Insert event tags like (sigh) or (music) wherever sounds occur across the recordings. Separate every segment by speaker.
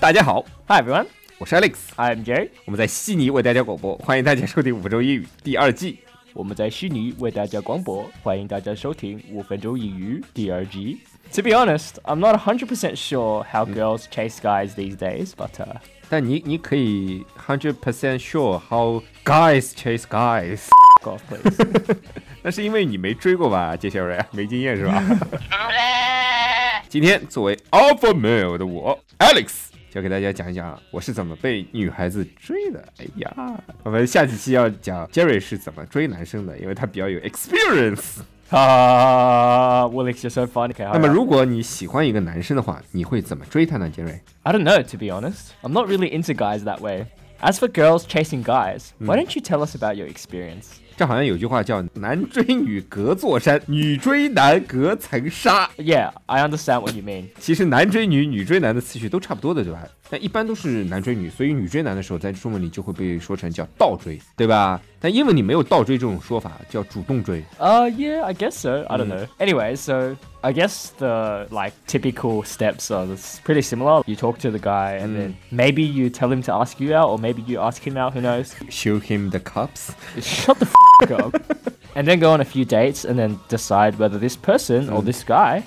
Speaker 1: 大家好，
Speaker 2: Hi everyone,
Speaker 1: 我是 Alex，
Speaker 2: I'm Jerry。
Speaker 1: 我们在悉尼为大家广播，欢迎大家收听《五分钟英语》第二季。
Speaker 2: 我们在悉尼为大家广播，欢迎大家收听五分钟英语第二季。To be honest, I'm not 100% sure how girls chase guys these days, but uh,
Speaker 1: 但你你可以 hundred percent sure how guys chase guys， (laughs)
Speaker 2: fuck off, please. (laughs)
Speaker 1: 那是因为你没追过吧，杰小瑞，啊没经验是吧？ (laughs) 今天作为 alpha male 的我 Alex，就给大家讲一讲我是怎么被女孩子追的。哎呀，我们下几期要讲 Jerry 是怎么追男生的，因为他比较有 experience。
Speaker 2: Ah, Willix, you're so funny. Okay,
Speaker 1: 那
Speaker 2: hurry
Speaker 1: 么
Speaker 2: up.
Speaker 1: 如果你喜欢一个男生的话，你会怎么追他呢，杰瑞？
Speaker 2: I don't know, to be honest. I'm not really into guys that way. As for girls chasing guys, why don't you tell us about your experience?
Speaker 1: 这好像有句话叫“男追女隔座山，女追男隔层纱”。
Speaker 2: Yeah, I understand what you mean.
Speaker 1: 其实男追女、女追男的次序都差不多的，对吧？但一般都是男追女，所以女追男的时候，在中文里就会被说成叫倒追，对吧？但英文里没有倒追这种说法，叫主动追。
Speaker 2: Uh, yeah, I guess so. I don't know. Anyway, so I guess the like typical steps are s- pretty similar. You talk to the guy, and then maybe you tell him to ask you out, or maybe you ask him out. Who knows?
Speaker 1: Show him the cups。
Speaker 2: Shut the f- up. And then go on a few dates, and then decide whether this person or this guy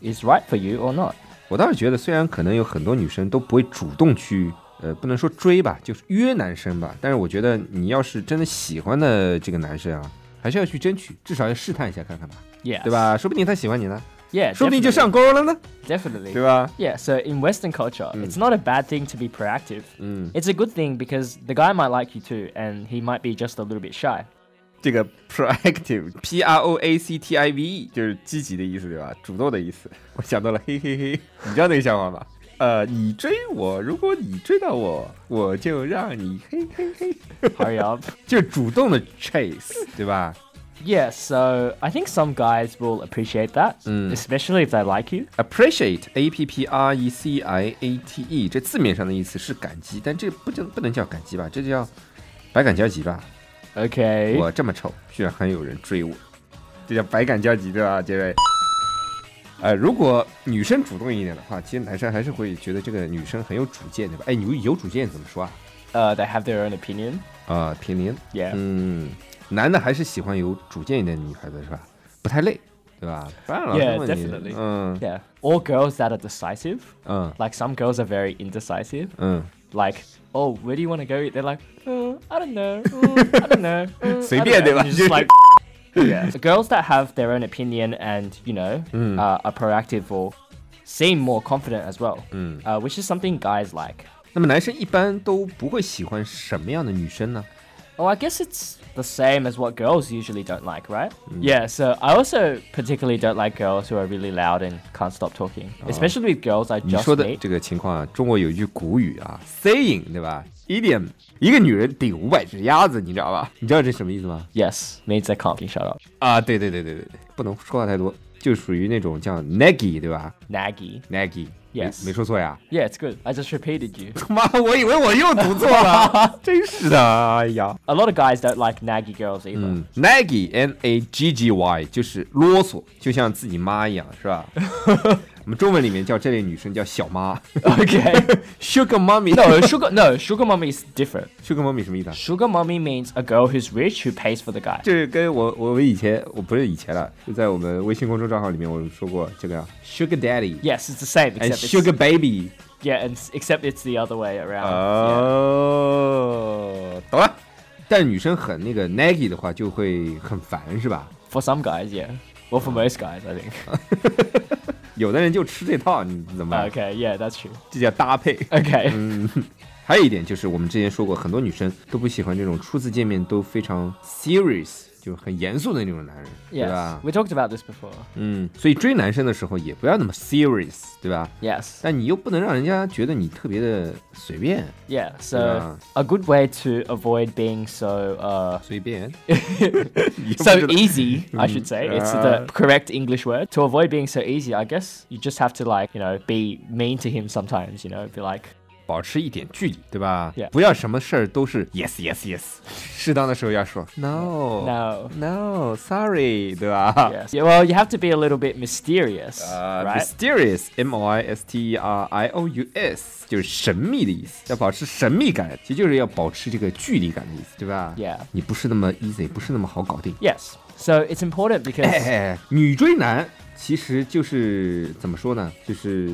Speaker 2: is right for you or not.
Speaker 1: 我倒是觉得，虽然可能有很多女生都不会主动去，呃，不能说追吧，就是约男生吧，但是我觉得你要是真的喜欢的这个男生啊，还是要去争取，至少要试探一下看看吧，
Speaker 2: Yeah.
Speaker 1: 对吧？说不定他喜欢你呢，
Speaker 2: Yeah.
Speaker 1: 说不定就
Speaker 2: definitely.
Speaker 1: 上钩了呢，
Speaker 2: Definitely.
Speaker 1: 对吧？
Speaker 2: Yeah, so in Western culture, it's not a bad thing to be proactive. It's a good thing because the guy might like you too, and he might be just a little bit shy.
Speaker 1: 这个 proactive，p r o a c t i v e，就是积极的意思，对吧？主动的意思。我想到了，嘿嘿嘿，你知道那个笑话吗？呃，你追我，如果你追到我，我就让你嘿嘿嘿，
Speaker 2: Hurry up.
Speaker 1: 就是主动的 chase，对吧？
Speaker 2: Yeah, so I think some guys will appreciate that, especially if they like you.
Speaker 1: Appreciate A P P R E C I A T E，这字面上的意思是感激，但这不叫不能叫感激吧，这就叫百感交集吧。
Speaker 2: Okay.
Speaker 1: 我这么丑，居然还有人追我，这叫百感交集，对吧，杰瑞？呃，如果女生主动一点的话，其实男生还是会觉得这个女生很有主见，对吧？哎，你有主见怎么说啊？
Speaker 2: Uh, they have their own opinion.
Speaker 1: 啊、平民，
Speaker 2: Yeah.
Speaker 1: 嗯，男的还是喜欢有主见一点的女孩子，是吧？不太累，对吧？不然老是
Speaker 2: Yeah,
Speaker 1: 问你
Speaker 2: definitely.
Speaker 1: 嗯
Speaker 2: Yeah. Or girls that are decisive.
Speaker 1: 嗯
Speaker 2: Like some girls are very indecisive.
Speaker 1: 嗯，
Speaker 2: Like, oh, where do you want to go? They're like, uh, I don't (laughs) know. uh, I don't (laughs) know. uh, I
Speaker 1: 随
Speaker 2: don't
Speaker 1: 便
Speaker 2: know."
Speaker 1: 对吧
Speaker 2: And？you're (laughs) just like, (laughs) yeah. So girls that have their own opinion and you know uh, are proactive will seem more confident as well, uh, which is something guys like.
Speaker 1: (laughs) 那么男生一般都不会喜欢什么样的女生呢？
Speaker 2: Oh, I guess it's the same as what girls usually don't like, right?
Speaker 1: Mm.
Speaker 2: Yeah. So I also particularly don't like girls who are really loud and can't stop talking,
Speaker 1: Oh.
Speaker 2: especially with girls I
Speaker 1: 你
Speaker 2: just
Speaker 1: 说的
Speaker 2: meet.
Speaker 1: 这个情况啊，中国有一句古语啊，saying 对吧？idiom，一个女人顶五百只鸭子，你知道吧？你知道这什么意思吗？
Speaker 2: Yes, means they can't be shut up.
Speaker 1: 啊，对对对对对对，不能说话太多，就属于那种叫 naggy 对吧
Speaker 2: Naggy.
Speaker 1: ？naggy，没
Speaker 2: Yes
Speaker 1: 没说错呀？
Speaker 2: Yeah, it's good. I just repeated you.
Speaker 1: (laughs) 妈，我以为我又读错了， (laughs) 真是的，哎呀，
Speaker 2: A lot of guys don't like naggy girls either.
Speaker 1: 嗯，naggy，n a g g y，就是啰嗦，就像自己妈一样，是 (laughs) 吧？我们中文里面叫这类女生叫小 (laughs) 妈
Speaker 2: (laughs) Okay.
Speaker 1: (laughs) ，sugar mommy。
Speaker 2: no, sugar. No, sugar mummy is different.
Speaker 1: sugar mommy 什么意思啊？
Speaker 2: Sugar mummy means a girl who's rich who pays for the guy.
Speaker 1: 这是跟我我们以前我不是以前了，就在我们微信公众账号里面我们说过这个 Sugar Daddy
Speaker 2: Yes, it's the same.
Speaker 1: and
Speaker 2: Except it's,
Speaker 1: Sugar Uh. Baby
Speaker 2: Yeah, and s- except it's the other way around. yeah.
Speaker 1: 哦，懂了。但女生很那个 naggy 的话，就会很烦，是吧？
Speaker 2: For some guys, yeah. Well, for most guys, I think.
Speaker 1: 有的人就吃这套，你怎么
Speaker 2: (laughs)
Speaker 1: 办？
Speaker 2: okay, yeah, that's true.
Speaker 1: 这叫搭配。 (laughs)
Speaker 2: Okay.
Speaker 1: 嗯，还有一点就是我们之前说过，很多女生都不喜欢这种初次见面都非常 serious，就是很严肃的那种男人对
Speaker 2: Yes.
Speaker 1: 吧？
Speaker 2: We talked about this before.
Speaker 1: 嗯，所以追男生的时候也不要那么 serious，对吧？
Speaker 2: Yes.
Speaker 1: 但你又不能让人家觉得你特别的随便，
Speaker 2: Yeah. So
Speaker 1: Yeah.
Speaker 2: a good way to avoid being so uh (laughs)
Speaker 1: 随便。
Speaker 2: so easy, I should say. It's
Speaker 1: Uh.
Speaker 2: the correct English word. To avoid being so easy, I guess you just have to like, you know, be mean to him sometimes, you know, be like
Speaker 1: 保持一点距离，对吧
Speaker 2: Yeah
Speaker 1: 不要什么事儿都是 yes yes yes，适 (laughs) 当的时候要说 no
Speaker 2: No.
Speaker 1: no sorry，对吧
Speaker 2: Yes. Yeah, well, you have to be a little bit mysterious,
Speaker 1: 呃
Speaker 2: right?
Speaker 1: mysterious M O I S T E R I O U S 就是神秘的意思，要保持神秘感，其实就是要保持这个距离感的意思，对吧
Speaker 2: Yeah
Speaker 1: 你不是那么 easy，不是那么好搞定。
Speaker 2: yes. So it's important
Speaker 1: 哎 (laughs)
Speaker 2: because
Speaker 1: 哎，女追男其实就是怎么说呢？就是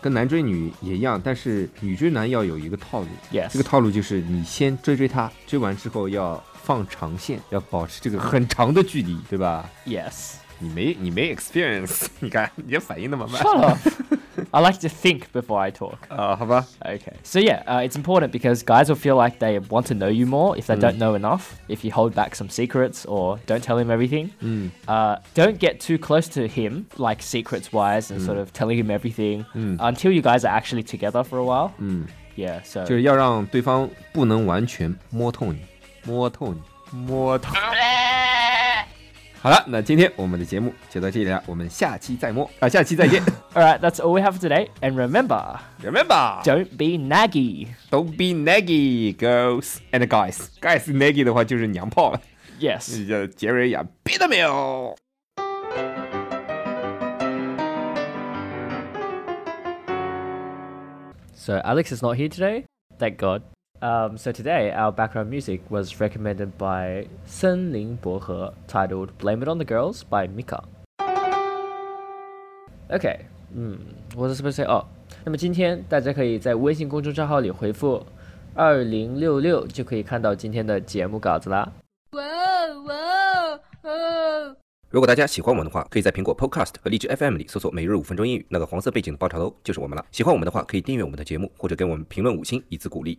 Speaker 1: 跟男追女也一样，但是女追男要有一个套路。
Speaker 2: Yes
Speaker 1: 这个套路就是你先追追他，追完之后要放长线，要保持这个很长的距离，对吧？
Speaker 2: yes.
Speaker 1: 你没你没 experience，你 (laughs) 看你的反应那么慢
Speaker 2: Shut up. I like to think before I talk.
Speaker 1: 啊、好吧，
Speaker 2: Okay. So yeah, uh, it's important because guys will feel like they want to know you more if they don't know enough. If you hold back some secrets or don't tell him everything, uh, don't get too close to him, like secrets wise, and sort of telling him everything until you guys are actually together for a while. Yeah. So (laughs)
Speaker 1: 就是要让对方不能完全摸透你，摸透你，摸透。好了，那今天我们的节目就到这里了，我们下期再摸啊，下期再见
Speaker 2: all right, that's all we have for today. And remember,
Speaker 1: ，Remember。
Speaker 2: don't be naggy.
Speaker 1: Don't be naggy, girls and guys. Guys naggy 的话就是娘炮了，
Speaker 2: Yes.
Speaker 1: 叫杰瑞亚 b i t m i l
Speaker 2: So Alex is not here today. Thank God. Um, so today our background music was recommended by Sen Ling Bohe, titled "Blame It on the Girls" by Mika. Okay. hmm, 嗯，我是 supposed to say 哦。那么今天大家可以在微信公众账号里回复“二零六六”就可以看到今天的节目稿子啦。
Speaker 3: Whoa, whoa, whoa.
Speaker 1: 如果大家喜欢我们的话，可以在苹果 Podcast 和荔枝 FM 里搜索“每日五分钟英语”，那个黄色背景的爆炒头就是我们了。喜欢我们的话，可以订阅我们的节目，或者给我们评论五星以资鼓励。